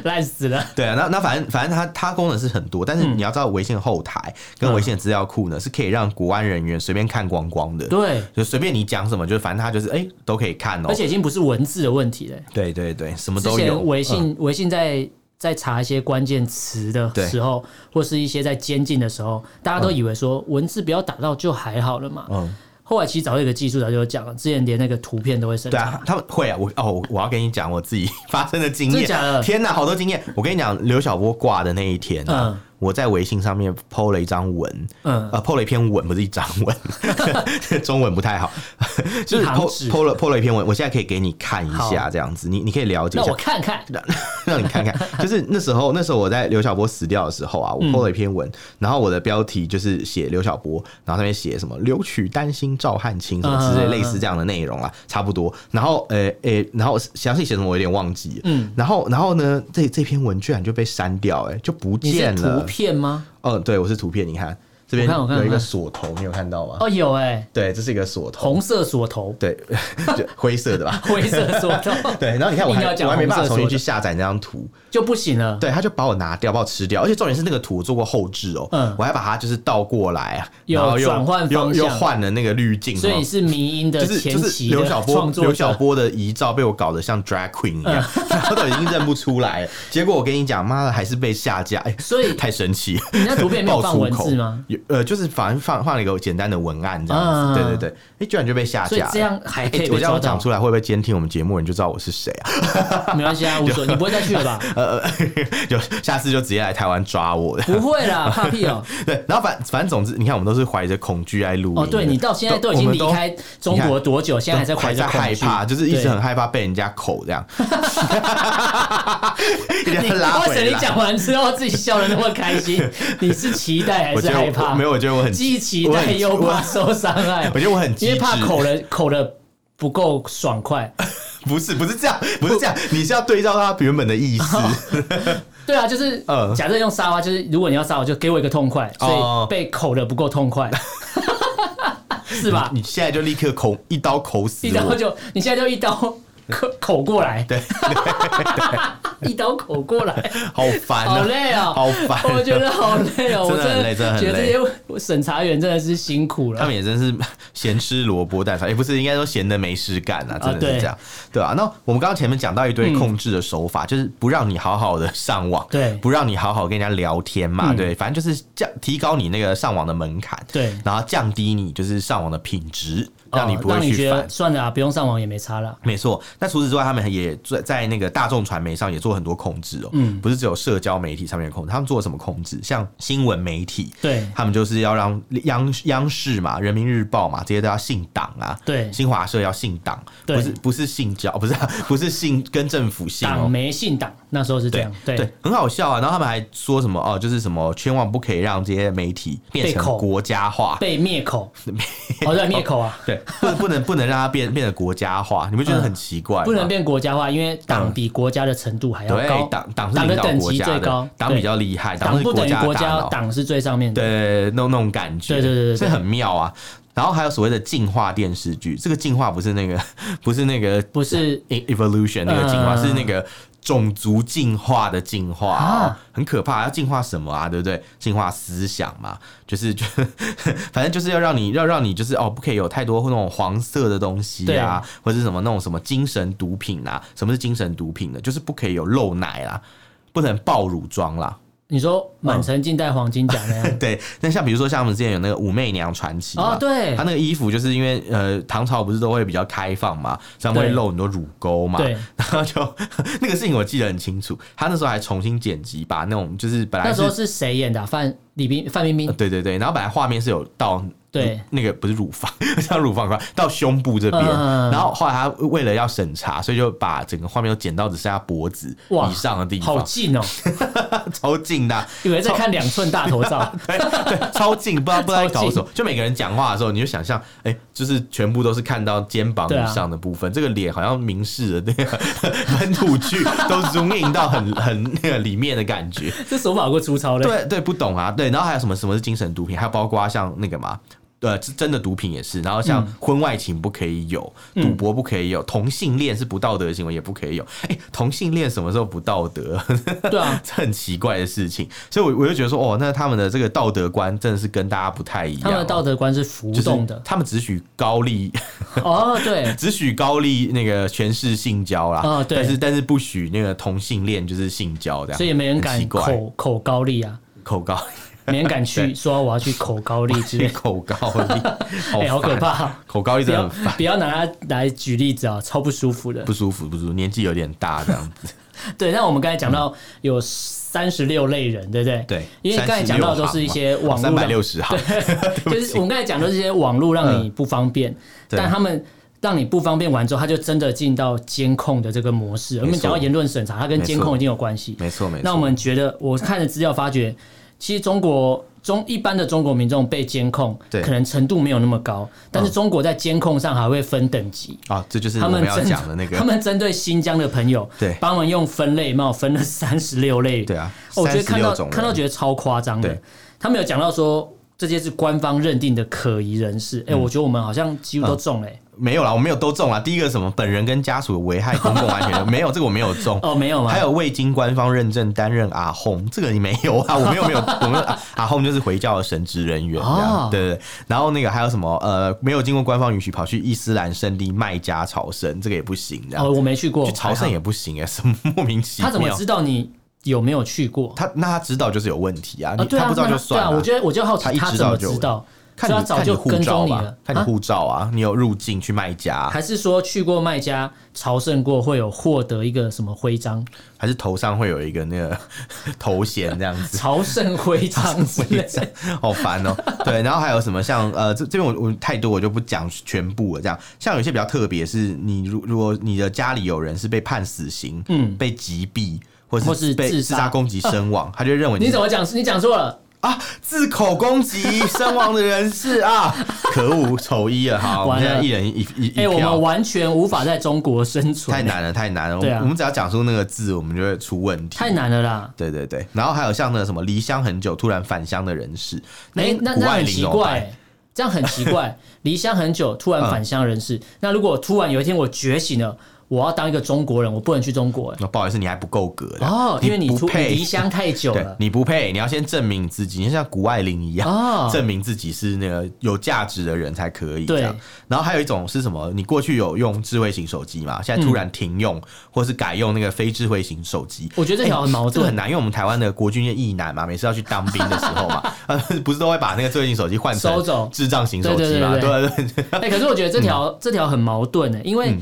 烂死了。
对啊，那那反正反正它它功能是很多，但是
嗯
你要知道微信后台跟微信的资料库呢，是可以让国安人员随便看光光的，
对，
就随便你讲什么，就反正它就是哎、都可以看哦、
而且已经不是文字的问题了。
对对对，什么
之
都有。
前微
嗯、
信、微信在在查一些关键词的
对
时候，或是一些在监禁的时候，大家都以为说文字不要打到就还好了嘛。
嗯
后来其实早就有一个技术早就有讲了，之前连那个图片都会生
对
产。
啊，他们会啊，我哦，我我要跟你讲我自己 发生的经
真的
验
假的，
天哪，好多经验！我跟你讲，刘晓波挂的那一天、啊，
嗯
我在微信上面 PO 了一张文，
嗯，
呃，PO 了一篇文，不是一张文， 中文不太好， 就是
一行
PO
纸
PO 了 PO 了一篇文，我现在可以给你看一下，
好
这样子，你你可以了解一
那
下
我，看看，
让你看看。就是那时候，那时候我在刘晓波死掉的时候啊，
嗯
我 PO 了一篇文，然后我的标题就是写刘晓波，然后上面写什么“留取丹心照汗青”什么之类
嗯嗯嗯
类似这样的内容啦，差不多。然后呃呃、然后详细写什么我有点忘记。嗯
嗯，
然后然后呢，这这篇文居然就被删掉，哎，就不
你是
见
图
了。
片吗？
嗯，对，我是图片，你看这边
我看我看
有一
我
个
看
锁头，你有看到吗？
哦，有哎、
对，这是一个锁头，
红色锁头，
对，就灰色的吧。
灰色锁头
对，然后你看我
硬
还
要讲
我还没办法
红色
重新
锁
去
头
下载那张图，
就不行了。
对，他就把我拿掉，把我吃掉，而且重点是那个图我做过后置哦，
嗯
我还把它就是倒过来啊，
有
然后又
转换
又
方向
又换了那个滤镜，哦
所以你是迷音的
就是
前
就是
期的
刘晓波
创作
刘晓
者，嗯
波的遗照被我搞得像 drag queen 一样，然后都已经认不出来了，结果我跟你讲，妈的还是被下架，哎
所以
太神奇了。
你那图片没有
爆
放
粗
文
口
字吗？？
有呃，就是反正放放了一个简单的文案这样子，
嗯
对对对，哎、居然就被下
所以
架了。
这样还可
哎
以
我
被
这样
抓
讲
到，
出来会不会监听我们节目，你就知道我是谁啊？
没关系啊，无所谓，你不会再去了吧？
呃， 呃就下次就直接来台湾抓我。
不会 啦，怕屁哦、
对，然后反反正总之，你看我们都是怀着恐惧来录音的。
哦，对你到现在都已经离
嗯我们
开中国多久？现在还在怀着
还在害
恐
怕，
惧，
就是一直
对
很害怕被人家口 这样，一定
你
要拉
为什么
回
你
来。
讲完之后自己笑的那么开心？ 你是期待还
我
是
觉得
害
我
怕？
没有，，我觉得我很，
既期
我
待
很
又
我
怕受伤害
我，觉得我很机
因
智，
为怕口的口的不够爽快。
不是不是这样，不是这样，你是要对照他原本的意思。
对啊，就是
嗯
假设用沙发，就是如果你要沙发，就给我一个痛快，所
哦
以被口的不够痛 快， 是吧？
你现在就立刻口一刀口死
一刀
我，
就你现在就一刀口口过来，对， 一刀口过 来。
好烦
好
啊！
累哦，
好烦
我觉得好累哦，我
真的很累真的很
觉得
累
这些审查员真的是辛苦
他
了。
们也真是 咸吃萝卜淡操，也、不是应该说闲的没事干啊，真的是
对
这样，对啊，那我们刚刚前面讲到一堆
嗯
控制的手法，就是不让你好好的上网，
对
不让你好好跟人家聊天嘛，
嗯
对，反正就是降提高你那个上网的门槛，
对
然后降低你就是上网的品质，让你
哦
不会去
觉
烦。
得算了啊，不用上网也没差了。
没错，那除此之外，他们也在在那个大众传媒上也做很多控制哦、
嗯
不是只有社交媒体上面的控制，他们做了什么控制？像新闻媒体，
对
他们就是要让央央视嘛、人民日报嘛，这些都要信党啊，
对
新华社要信党，
对
不是不是信教， 不是啊、不是信跟政府信哦、
党媒信党那时候是这样，对
对，很好笑啊！然后他们还说什么哦，就是什么，千万不可以让这些媒体变
被
成
口
国家化，
被灭 口，哦对，灭口啊，
对，不能不能不能让它变变得国家化，你们觉得很奇怪吗？
不能变国家化，因为党比国家的程度还要
嗯对，
高，
党党是
党
领
的
导
等
国
级
家
最
的
高，，
党
对
比较厉害，
党
是
不等于
家的
国
大
家，
脑。
党是最上面的，
对，那种那种感觉，
对对对对对
所以很妙啊。然后还有所谓的进化电视剧，这个进化不是那个不是那个
不是
evolution 那个进化，
嗯
是那个种族进化的进化、哦
啊
很可怕。要进化什么啊？对不对？进化思想嘛，就是 就反正就是要让你要让你就是哦，不可以有太多那种黄色的东西
对
啊，或者是什么那种什么精神毒品啊。什么是精神毒品呢？就是不可以有露奶啦，不能爆乳装啦。
你说满城尽带黄金甲那样
对，那像比如说像我们之前有那个武媚娘传奇嘛
哦对
她那个衣服就是因为呃唐朝不是都会比较开放嘛，所以他们会
对
露很多乳沟嘛，
对，
然后就那个事情我记得很清楚，她那时候还重新剪辑，把那种就是本来
那时
是
候是谁演的啊、范李冰、范冰
呃
冰，
对对对，然后本来画面是有到
对
乳那个不是乳房， 到乳房块到胸部这边，
嗯
然后后来他为了要审查，所以就把整个画面都剪到只剩下脖子
哇
以上的地
好
方，
近哦，
超近的啊、
以为在看两寸大 头照。
对哎对，超近，不知道不知道在搞
超
什
近
么。就每个人讲话的时候，你就想象，哎、就是全部都是看到肩膀
对啊
以上的部分，这个脸好像明示的那个本土剧都 zoom in 到很很那个里面的 感觉。
这手法有够粗糙的。，
对对，不懂啊，对。然后还有什么什么是精神毒品，还有包括像那个嘛。呃，是真的毒品也是，然后像婚外情不可以有，
嗯
赌博不可以有，同性恋是不道德的行为也不可以有。哎、同性恋什么时候不道德？
对啊，
这 很奇怪的事情，所以我我就觉得说，哦，那他们的这个道德观真的是跟大家不太一样哦、
他们的道德观是浮
就是
动的。
他们只许高利，，
哦，对
只许高利那个权势性交啦，
哦对
但是但是不许那个同性恋就是性交这样，
所以没人
很奇
敢
怪
口口高利啊，
口高。
没人敢去说啊我要去口高利之类
口高利， 好,、
哎，好可！怕哦！
口高利
不
真的
要
很烦，
不要拿它来举例子啊，超不舒服的
不。舒服不舒服，年纪有点大这样子，
对，那我们刚才讲到有三十六类人，对不 对？
嗯对，
因为刚才讲到的都是一些网
三
络
百
上
六十行，
就是我们刚才讲的这些网络让你不方便，
嗯对
但他们让你不方便完之后，他就真的进到监控的这个模式。我们讲到言论审查，它跟监控一定有关系。
没错没错。
那我们觉得，我看了资料发觉，其实中国中一般的中国民众被监控，
对嗯
可能程度没有那么高，但是中国在监控上还会分等级。
啊、这就是
他
我们
们
要
针
讲的那
他
个，
们针对新疆的朋友，
对
帮忙用分类帽分了三十六类，
对啊
哦我觉得看到
36种人
看到觉得超夸张的
对。
他们有讲到说，这些是官方认定的可疑人士。
嗯
哎、我觉得我们好像几乎都中了。哎
没有啦，我没有都中啦。第一个什么，本人跟家属有危害公共安全的，没有这个我没有中。
哦，没有吗？
还有未经官方认证担任阿訇，这个你没有 啊？我没有没有，我们啊阿訇就是回教的神职人员，这样
哦
对对对。然后那个还有什么呃，没有经过官方允许跑去伊斯兰圣地麦加朝圣，这个也不行，这样
哦，我没去过
去朝圣。也不行哎，什么莫名其
还好他怎么
妙
知？道你有没有去过？
他那他知道就是有问题啊，
啊，
你
对啊，
他不知道
那
就算
对啊，
了
我。觉得我就好
他
奇
一
他
知
怎
道
么
就
知道，
看
所以他
你
早
看你
就
护
跟
照
踪你
吧
了，
看你
啊
护照啊，你有入境去麦加，啊
还是说去过麦加朝圣过会有获得一个什么徽 章？
还是头上会有一个那个 头衔这样子？
朝圣徽章 之类的。
好烦哦、对，然后还有什么像呃，这这边我我太多我就不讲全部了。这样，像有些比较特别是，你如如果你的家里有人是被判死刑，嗯，被击毙。或
或
是
是
被
自
自
杀
杀攻击身 亡，他就认为
你怎
是
么讲？你讲错了，
啊自口攻击身亡的人士 啊，可恶，丑一了，好，我们
完了
现在一人一一一
哎、我
票
们，完全无法在中国生存，
太，难了，太难了，我
对
们
啊
我们只要讲出那个字，我们就会出问题，
太难了啦。
对对对，然后还有像那个什么离乡很久突然返乡的人士，
哎、那
谷
那
爱
很
凌
奇
怎么
怪、
办
欸，这样很奇 怪。离乡很久，突然返乡人
嗯
士、那如果突然有一天我觉醒了，我要当一个中国人，我不能去中国、欸。
那不好意思，你还不够格的
哦，因为你
不
出你
配
离乡太久
对
了，
你不配，你要先证明自己，你像谷爱凌一样，
哦
证明自己是那个有价值的人才可以。
对
这样。然后还有一种是什么？你过去有用智慧型手机嘛？现在突然停
嗯
用，或是改用那个非智慧型手机。
我觉得这条很矛
哎这个
盾
很难，因为我们台湾的国军的役男嘛，每次要去当兵的时 候嘛， 呃，不是都会把那个智慧型手机换
收
成
走
智障型手机嘛？
对对
对
对
对对，
哎、可是我觉得这条、
嗯
这条很矛盾的、因为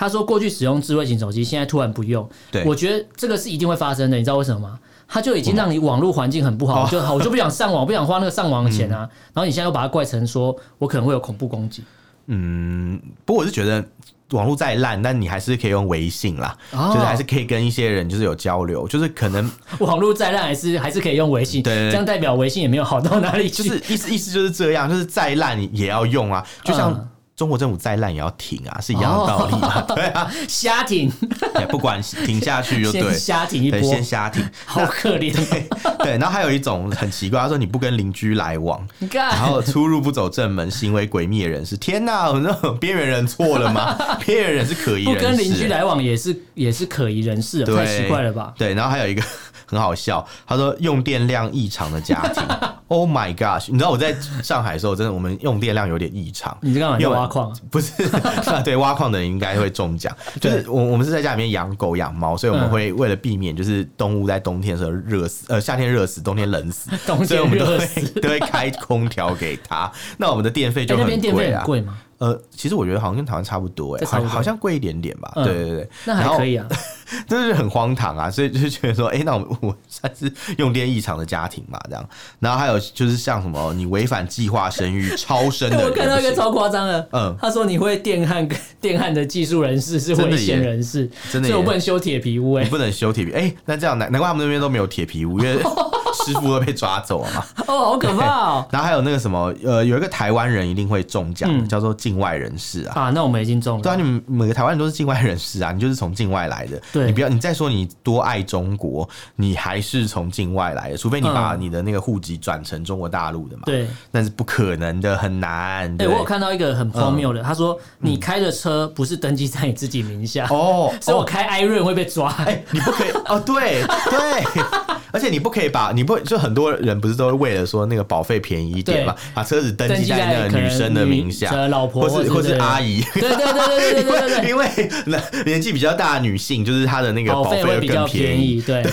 他说过去使用智慧型手机，现在突然不用，
对
我觉得这个是一定会发生的，你知道为什么吗？它就已经
哦
让你网络环境很不好，我就我就不想上网，不想花那个上网的
嗯
钱啊。然后你现在又把它怪成说我可能会有恐怖攻击，
嗯，不过我是觉得网络再烂，但你还是可以用微信啦，
哦
就是还是可以跟一些人就是有交流，就是可 能
网络再烂还是还是可以用微信，
对对对
这样代表微信也没有好到哪里
就
去。
是意思意思就是这样，就是再烂也要用啊，就
嗯
像。
哦
中国政府再烂也要停啊，是一样的道理 啊。对啊，
瞎挺，
对不管停下去就
先
对，
瞎挺一
对，
波
先，瞎停。
好可怜。
对，然后还有一种很奇怪，他说你不跟邻居 来往，
你看，
然后出入不走正门，行为诡秘的人士。天哪，我那种 边缘人错 了吗？边缘人是可疑
不
人士、啊
跟邻居来往也是也是可疑人士哦，
对
太奇怪了吧？
对，然后还有一个 很好笑，他说用电量异常的家庭。oh my gosh！你知道我在上海的时候，真的我们用电量有点异常。
你这干嘛？你在
用
挖矿？啊
不是， 对挖矿的人应该会 中奖。就是我我们是在家里面养狗养猫，所以我们
嗯
会为了避免就是动物在冬天的时候热死，呃夏天热死，冬天冷死，
冬
所以我
天
们都
热
会
死。
都会开空调给它。那我们的电费
哎
就
那边
很
电费
贵啊
很。贵吗？
呃，其实我觉得好像跟台湾差不多、欸，
这差
好
不多
好像贵一点点吧。
嗯
对对对，
那
然
还
后
可以啊。
就是很荒唐啊，所以 就是觉得说，哎、那我我算是用电异常的家庭嘛，这样。然后还有就是像什么，你违反计划生育、超生的
对，
人
我
不行，
看到一个超夸张的，
嗯
他说你会电焊 跟电焊的技术人士是危险人士，
真的
所以
耶
我不能修铁皮屋哎、
你不能修铁皮。哎、那这样难难怪他们那边都没有铁皮屋，因为 师傅会被抓走啊嘛。
哦，好可怕哦！
然后还有那个什么，呃，有一个台湾人一定会中奖的，
嗯
叫做境外人士 啊。
啊，那我们已经中
对啊，
了，
你们每个台湾人都是境外人士啊，你就是从境外来的。
对
你不要你再说你多爱中国，你还是从境外来的，除非你把
嗯
你的那个户籍转成中国大陆的嘛。
对。
那是不可能的，很难。
哎、
对，
我有看到一个
嗯
很荒谬的，他说你开的车不是登记在你自己名下，
哦，
所以我
哦
开艾润会被抓。
哎，你不可以哦，对对， 而且你不可以把你不就很多人不是都会为了说那个保费便宜一点嘛，把车子登
登
记
记
在那
可
个女
能
生的名下，
呃老婆
或是或是阿
姨，
姨。
对对对对对对对对
因为那年纪比较大的女性，就是她的那
对，
个保
费
会
会比较
更
便
宜。
宜，对，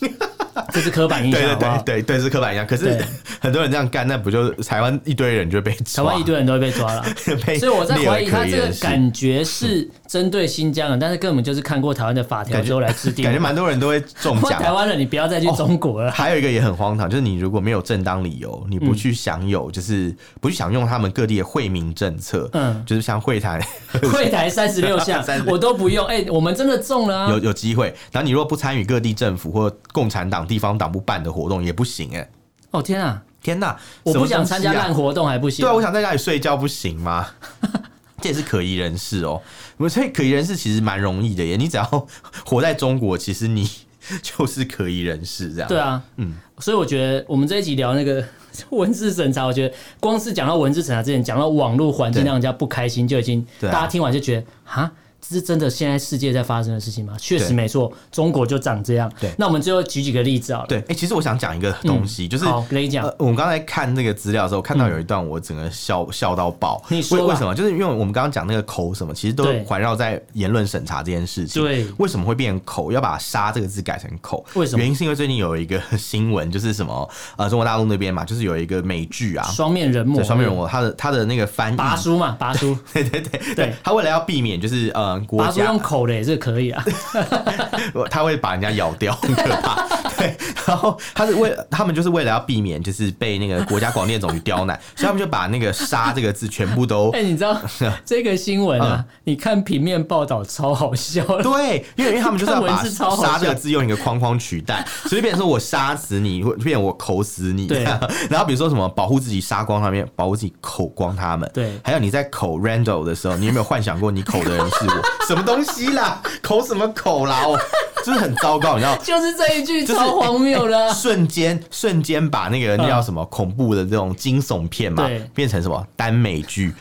这是刻板印象，
对对
好不好
对？对对，是刻板印象。可是
对
很多人这样干，那不就台湾一堆人就被
台
抓
湾一堆人都会被抓了。
被
所以我在
列为
怀疑他
可疑
这个
人士
感觉是针对新疆人，但是根本就是看过台湾的法条之后来制定的。
感觉蛮多人都会中
换
奖
台。湾人，你不要再去中国了。
还有一个也很荒唐，就是你如果没有正当理由，你不去享有，就是不去享用他们各地的惠民政策，
嗯
就是像会谈
会台三十六项
三十
我都不用，哎、我们真的中了
有
啊！
有机会，然后你如果不参与各地政府或共产党地方党部办的活动也不行、哎，
哦天啊，
天哪，
我不想
什么东
参
西啊
加烂活动还不行、
对啊，我想在家里睡觉不行吗？ 这也是可疑人士哦，所以可疑人士其实蛮容易的耶，你只要活在中国，其实你就是可疑人士这样。
对啊，
嗯
所以我觉得我们这一集聊那个 文字审查，我觉得光是讲到文字审查之前，讲到网络环境
对
让人家不开心，就已经、
对啊
大家听完就觉得啊。这是真的，现在世界在发生的事情吗？确实
对
没错，中国就长这样。
对
那我们最后举几个例子好了。
对，哎、其实我想讲一个东西，就是
嗯好，跟你讲嗯
呃，，我们刚才看那个资料的时候，看到有一段我整个笑、笑到爆。
你说吧啊
为为什么？就是因为我们刚刚讲那个口什么，其实都
对
环绕在言论审查这件事情。
对
为什么会变口？要把“杀”这个字改成“口”？
为什么
原因是因为最近有一个新闻，就是什么呃，中国大陆那边嘛，就是有一个美剧啊，
双面人魔，
对，双面人物，他的他的那个翻译，
拔叔嘛，拔叔，
对对对
对
他为了要避免就是呃国
拔叔
家
用口的也是可以啊。
他会把人家咬掉，很可怕。对，然后他是为他们就是为了要避免就是被那个国家广电总局刁难，所以他们就把那个“杀”这个字全部 都
哎，你知 道这个新闻啊？你看平面报道超好笑的，
嗯 对，因为因为他们就是要
看
把“
文字超好
杀”这个
笑
字用一个框框取 代，所以变成说我杀死你，或变成我口死你。
对
然后比如说什么保护自己杀光他们，保护自己口光他们。
对
还有你在口 Randall 的时候，你有没有幻想过你口的人是我？ 什么东西啦？口什么口啦？我就是很糟糕，你知道。
就是这一句
就是
超荒谬的 啊。
瞬间瞬间把那个那叫什么恐怖的这种惊悚片嘛
嗯对，
变成什么耽美 剧。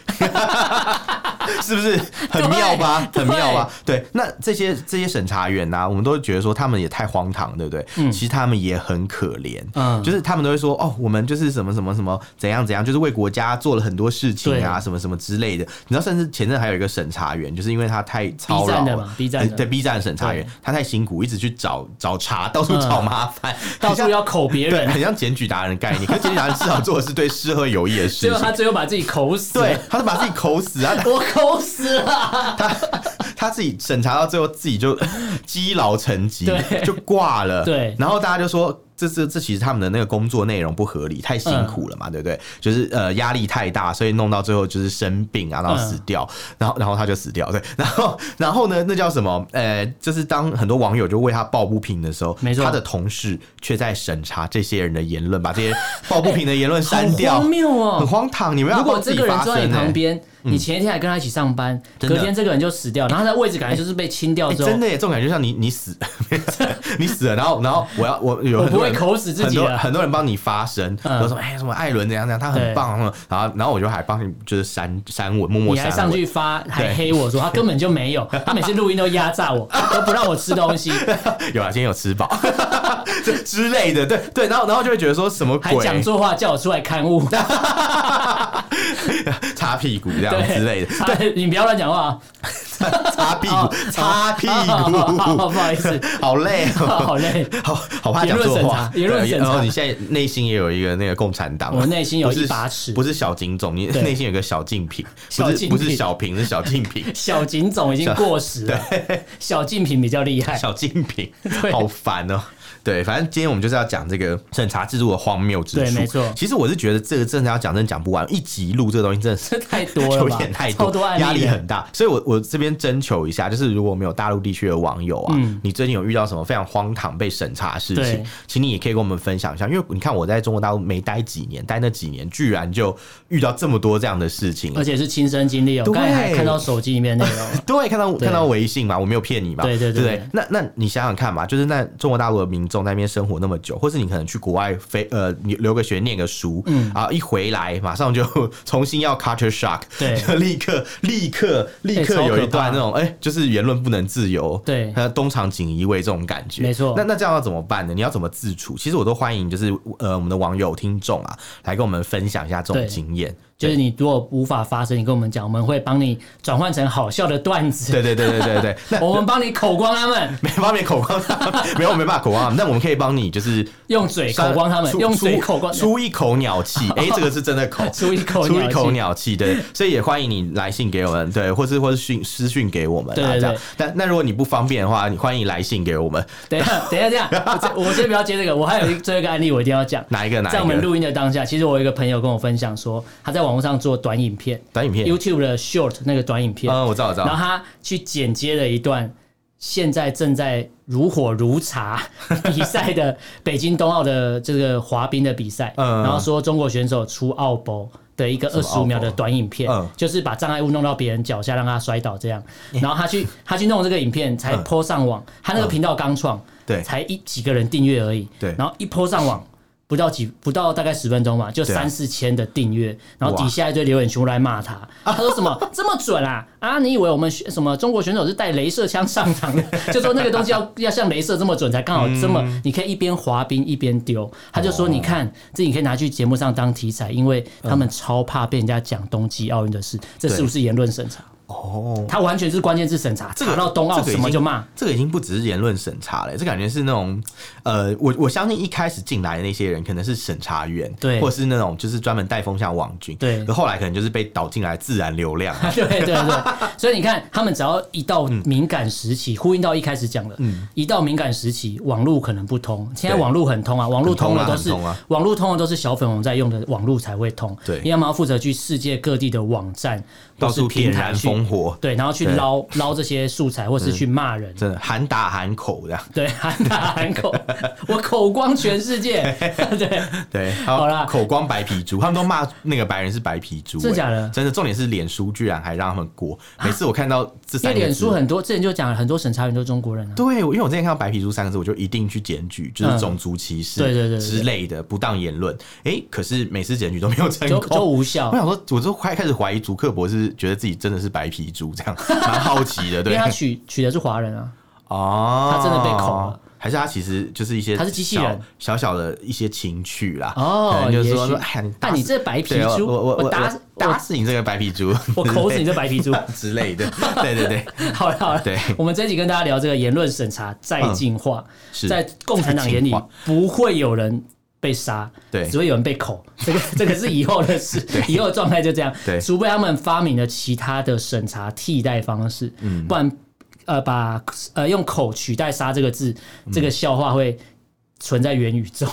是不是很妙吧？
对
很妙吧？对，那这些这些审查员呐、啊我们都觉得说他们也太荒唐，对不对？其实他们也很可怜，
嗯
就是他们都会说哦，我们就是什么什么什么怎样怎样，就是为国家做了很多事情啊，
对
什么什么之类的。你知道，甚至前阵还有一个审查员，就是因为他太操
站
劳
的
了
嘛，B 站的
对 B 站审查员
对，嗯
他太辛苦，一直去找找茬，到处找麻烦，
到处
很像
要口别
对，
人，
很像检举达人的概念。可是检举达人至少做的是对事后有益的事
结果他
情。
最后把自己口死。
对，，他是把自己口死啊！
我口死 了。
他他自己 审查到最后，自己就积劳成疾
对，
就挂了。
对
然后大家就说这这这其实他们的那个工作内容不合理，太辛苦了
嗯
嘛，对不对？就是呃压力太大，所以弄到最后就是生病啊，然后死掉，
嗯
然后然后他就死掉，对， 然后然后呢，那叫什么？呃，就是当很多网友就为他抱不平的时候，
没错
他的同事却在审查这些人的言论，把这些抱不平的言论删掉，
好荒谬哦
很荒唐！你们要
如果
帮自
这
己
个人
发
坐在
声
你
欸
旁边，你前一天还跟他一起上班，
真的
隔天这个人就死掉，然后他的位置感觉就是被清掉
欸
之后
真，的耶，这种感觉像你你死， 你死了，然后然后我要我有
我
很
不
多
会
人
口齿自
很
己
多
了。
很多人帮你发声，
嗯
我说哎什么艾伦怎样怎样，他很
对
棒，啊然后然后我就还帮你就是删删文，默默
你还
删
上
文。
去发，还黑我说他根本就没有，他每次录音都压榨 我，都不让我吃东西，
有啊，今天有吃饱 这之类的，对对，然后然后就会觉得说什么
还
鬼
讲错话叫我出来刊物。
擦屁股这样
对
之 类的，
对，你不要乱讲话，啊
擦屁股擦屁
好
股，
哦啊不好意思， 啊
好累 哦，
好累。
好好怕讲错话，
言论审查言论审查
然后你现在内心也有一个那个共产党，
我内心有
不是
一把尺
不是小警总，你
对
内心有个小 竞品，不
小
是
竞
不
品。
是小平，是小竞品
小景总已经过时了，小竞品比较厉害。
小竞品，好烦哦、对，反正今天我们就是要讲这个审查制度的荒谬之处。
对没错
其实我是觉得这个真的要讲，真的讲不完，一集录这个东西真的是
太多了
有
吧
点太
超多案例
压力
的
很大。所以我我这边征求一下，就是如果我们有大陆地区的网友啊，你最近有遇到什么非常荒唐被审查的事情
嗯对，
请你也可以跟我们分享一下。因为你看我在中国大陆没待几年，待那几年居然就遇到这么多这样的事情，啊
而且是亲身经历哦，
对。
我刚才还看到手机里面的内容了
对，看到
对
看到微信嘛，我没有骗你嘛，
对对
对
对
不
对
那那你想想看嘛，就是那中国大陆的民众在那边生活那么久，或是你可能去国外飞呃你留个学念个书，嗯，然后一回来马上就 重新要 culture shock，
对
就 立刻立刻立刻
超
有一
可怕
段那种哎、就是言论不能自由，
对
还有东厂锦衣卫这种感觉，
没错
那那这样要怎么办呢？你要怎么自处？其实我都欢迎就是呃我们的网友听众啊，来跟我们分享一下这种
对
经验，
就是你如果无法发声，你跟我们讲，我们会帮你转换成好笑的段子。
对对对对对对，那
我们帮你口光他们，
没办法没口光他 们，没有我没办法口光他们，但我们可以帮你就是
用嘴口光他们，
出
用
出
嘴口光，
出一口鸟 气，哎，这个是真的口，
出一口
出
鸟
一
气
口鸟气，对，所以也欢迎你来信给我们，对，或是或是讯私讯给我们
对
啊，
对
这样
对。
但那如果你不方便的话，你欢迎来信给我们，
等一下，等一下，这 样，我这我先不要接这个，我还有一最后一个案例，我一定要讲。
哪一个哪
在我
一
们
个
录音的当下，其实我有一个朋友跟我分享说，他在网络上做短影片
短影片？
，YouTube 的 Short 那个短影片，
嗯，我知道我知
然后
道，
他去剪接了一段现在正在如火如茶 比赛 的北京冬奥的这个滑冰的比赛，
嗯
然后说中国选手出奥博的一个
么
二十五秒的短影片，
嗯
就是把障碍物弄到别人脚下让他摔倒这 样，然后他去他去弄这个影片才
嗯
播上网，他那个频道刚创，
对
才一几个人订阅而已，
对
然后一播上网。不到几不到大概十分钟吧，就
对啊
三四千的订阅，然后
哇
底下一堆留言全部来骂他，他说什么这么准啊啊！你以为我们选什么中国选手是带镭射枪上场的？ 就说那个东西要要像镭射这么准才刚好这么，你可以一边滑冰一边丢。他就说你看这你可以拿去节目上当题材，因为他们超怕被人家讲冬季奥运的事，这是不是言论审查？
哦，
他完全是关键字审查，查到冬奥
这个已
什么
经
就骂。
这个已经不只是言论审查了，这感觉是那种，呃，我我相信一开始进来的那些人可能是审查员，
对
或者是那种就是专门带风向网军，
对
可后来可能就是被导进来自然流量啊、
对对对，所以你看，他们只要一到
嗯
敏感时期，呼应到一开始讲的，一到敏感时期，网络可能不通。现在
对
网络很通啊，网络通的
很通啊
都是、
很通啊
网络通的都是小粉红在用的，网络才会通。
对
因为他们要负责去世界各地的网站
到
或
处
是
点
平台
燃
去，
烽火，
对，然后去
对嗯
捞捞这些素材，或是去骂人。
真的喊打喊口这样。
对，喊打喊口， 我口光全世界。对，
对，还有
好啦
口光白皮猪，他们都骂那个白人是白皮猪、
真的
欸
假的啊
真的，重点是脸书居然还让他们过。每次我看到这
因
三
为
个
脸
字
书。很多之前就讲了很多审查员都是中国人啊。
对，因为我之前看到“白皮猪”三个字，我就一定去检举，就是
嗯
种族歧视、
对对对对
之类的不当言论。哎、可是每次检举都没有成
就就
功。
无效
我，想说，我就快开始怀疑祖克伯是觉得自己真的是白皮猪，这样蛮好奇的，
因
对
为他娶娶的是华人啊。
哦，
他真的被恐了。
还是他其实就是一些
他是机器人
小小小的一些情趣啦，
哦
可能就是
也
说，
许啊
哎，你打
但你
死
这白皮
对
猪，
我我我
打
打
死
打死你这个白皮猪，
我口死你这白皮猪。
之类的，对对对，
好了好了，
对嗯
我们这一集跟大家聊这个言论审查再进化，
是
在共产党眼
再
里
进化
不会有人。被杀，
对
只会有人被口，这个这个是以后的 事，以后的状态就这样，
对
除非他们发明了其他的审查替代方式，
嗯嗯
不然，呃，把呃用口取代“杀”这个字，这个笑话会存在元宇宙。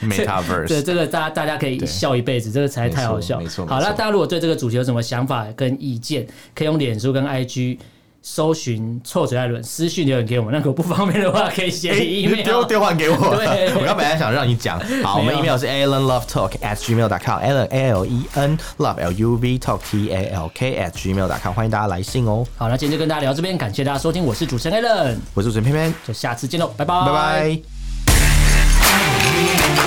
对
Metaverse
这个大家大家可以
对
笑一辈子，这个才
没
太好
错
笑。
没错
好，
没错
那大家如果对这个主题有什么想法跟意见，可以用脸书跟 IG 搜寻“臭嘴艾伦”私讯留言给我们。那如果不方便的话，可以写
诶你
email。
丢丢还给我，
对
我刚本来想让你讲。好，我们
没有
email 是 alanlovetalk at gmail.com，alan a l e n love l u v talk t a l k at gmail.com，欢迎大家来信哦。
好，那今天就跟大家聊这边，感谢大家收听，我是主持人 a l l n
我是主持人偏偏，
就下次见喽，拜拜，
拜拜。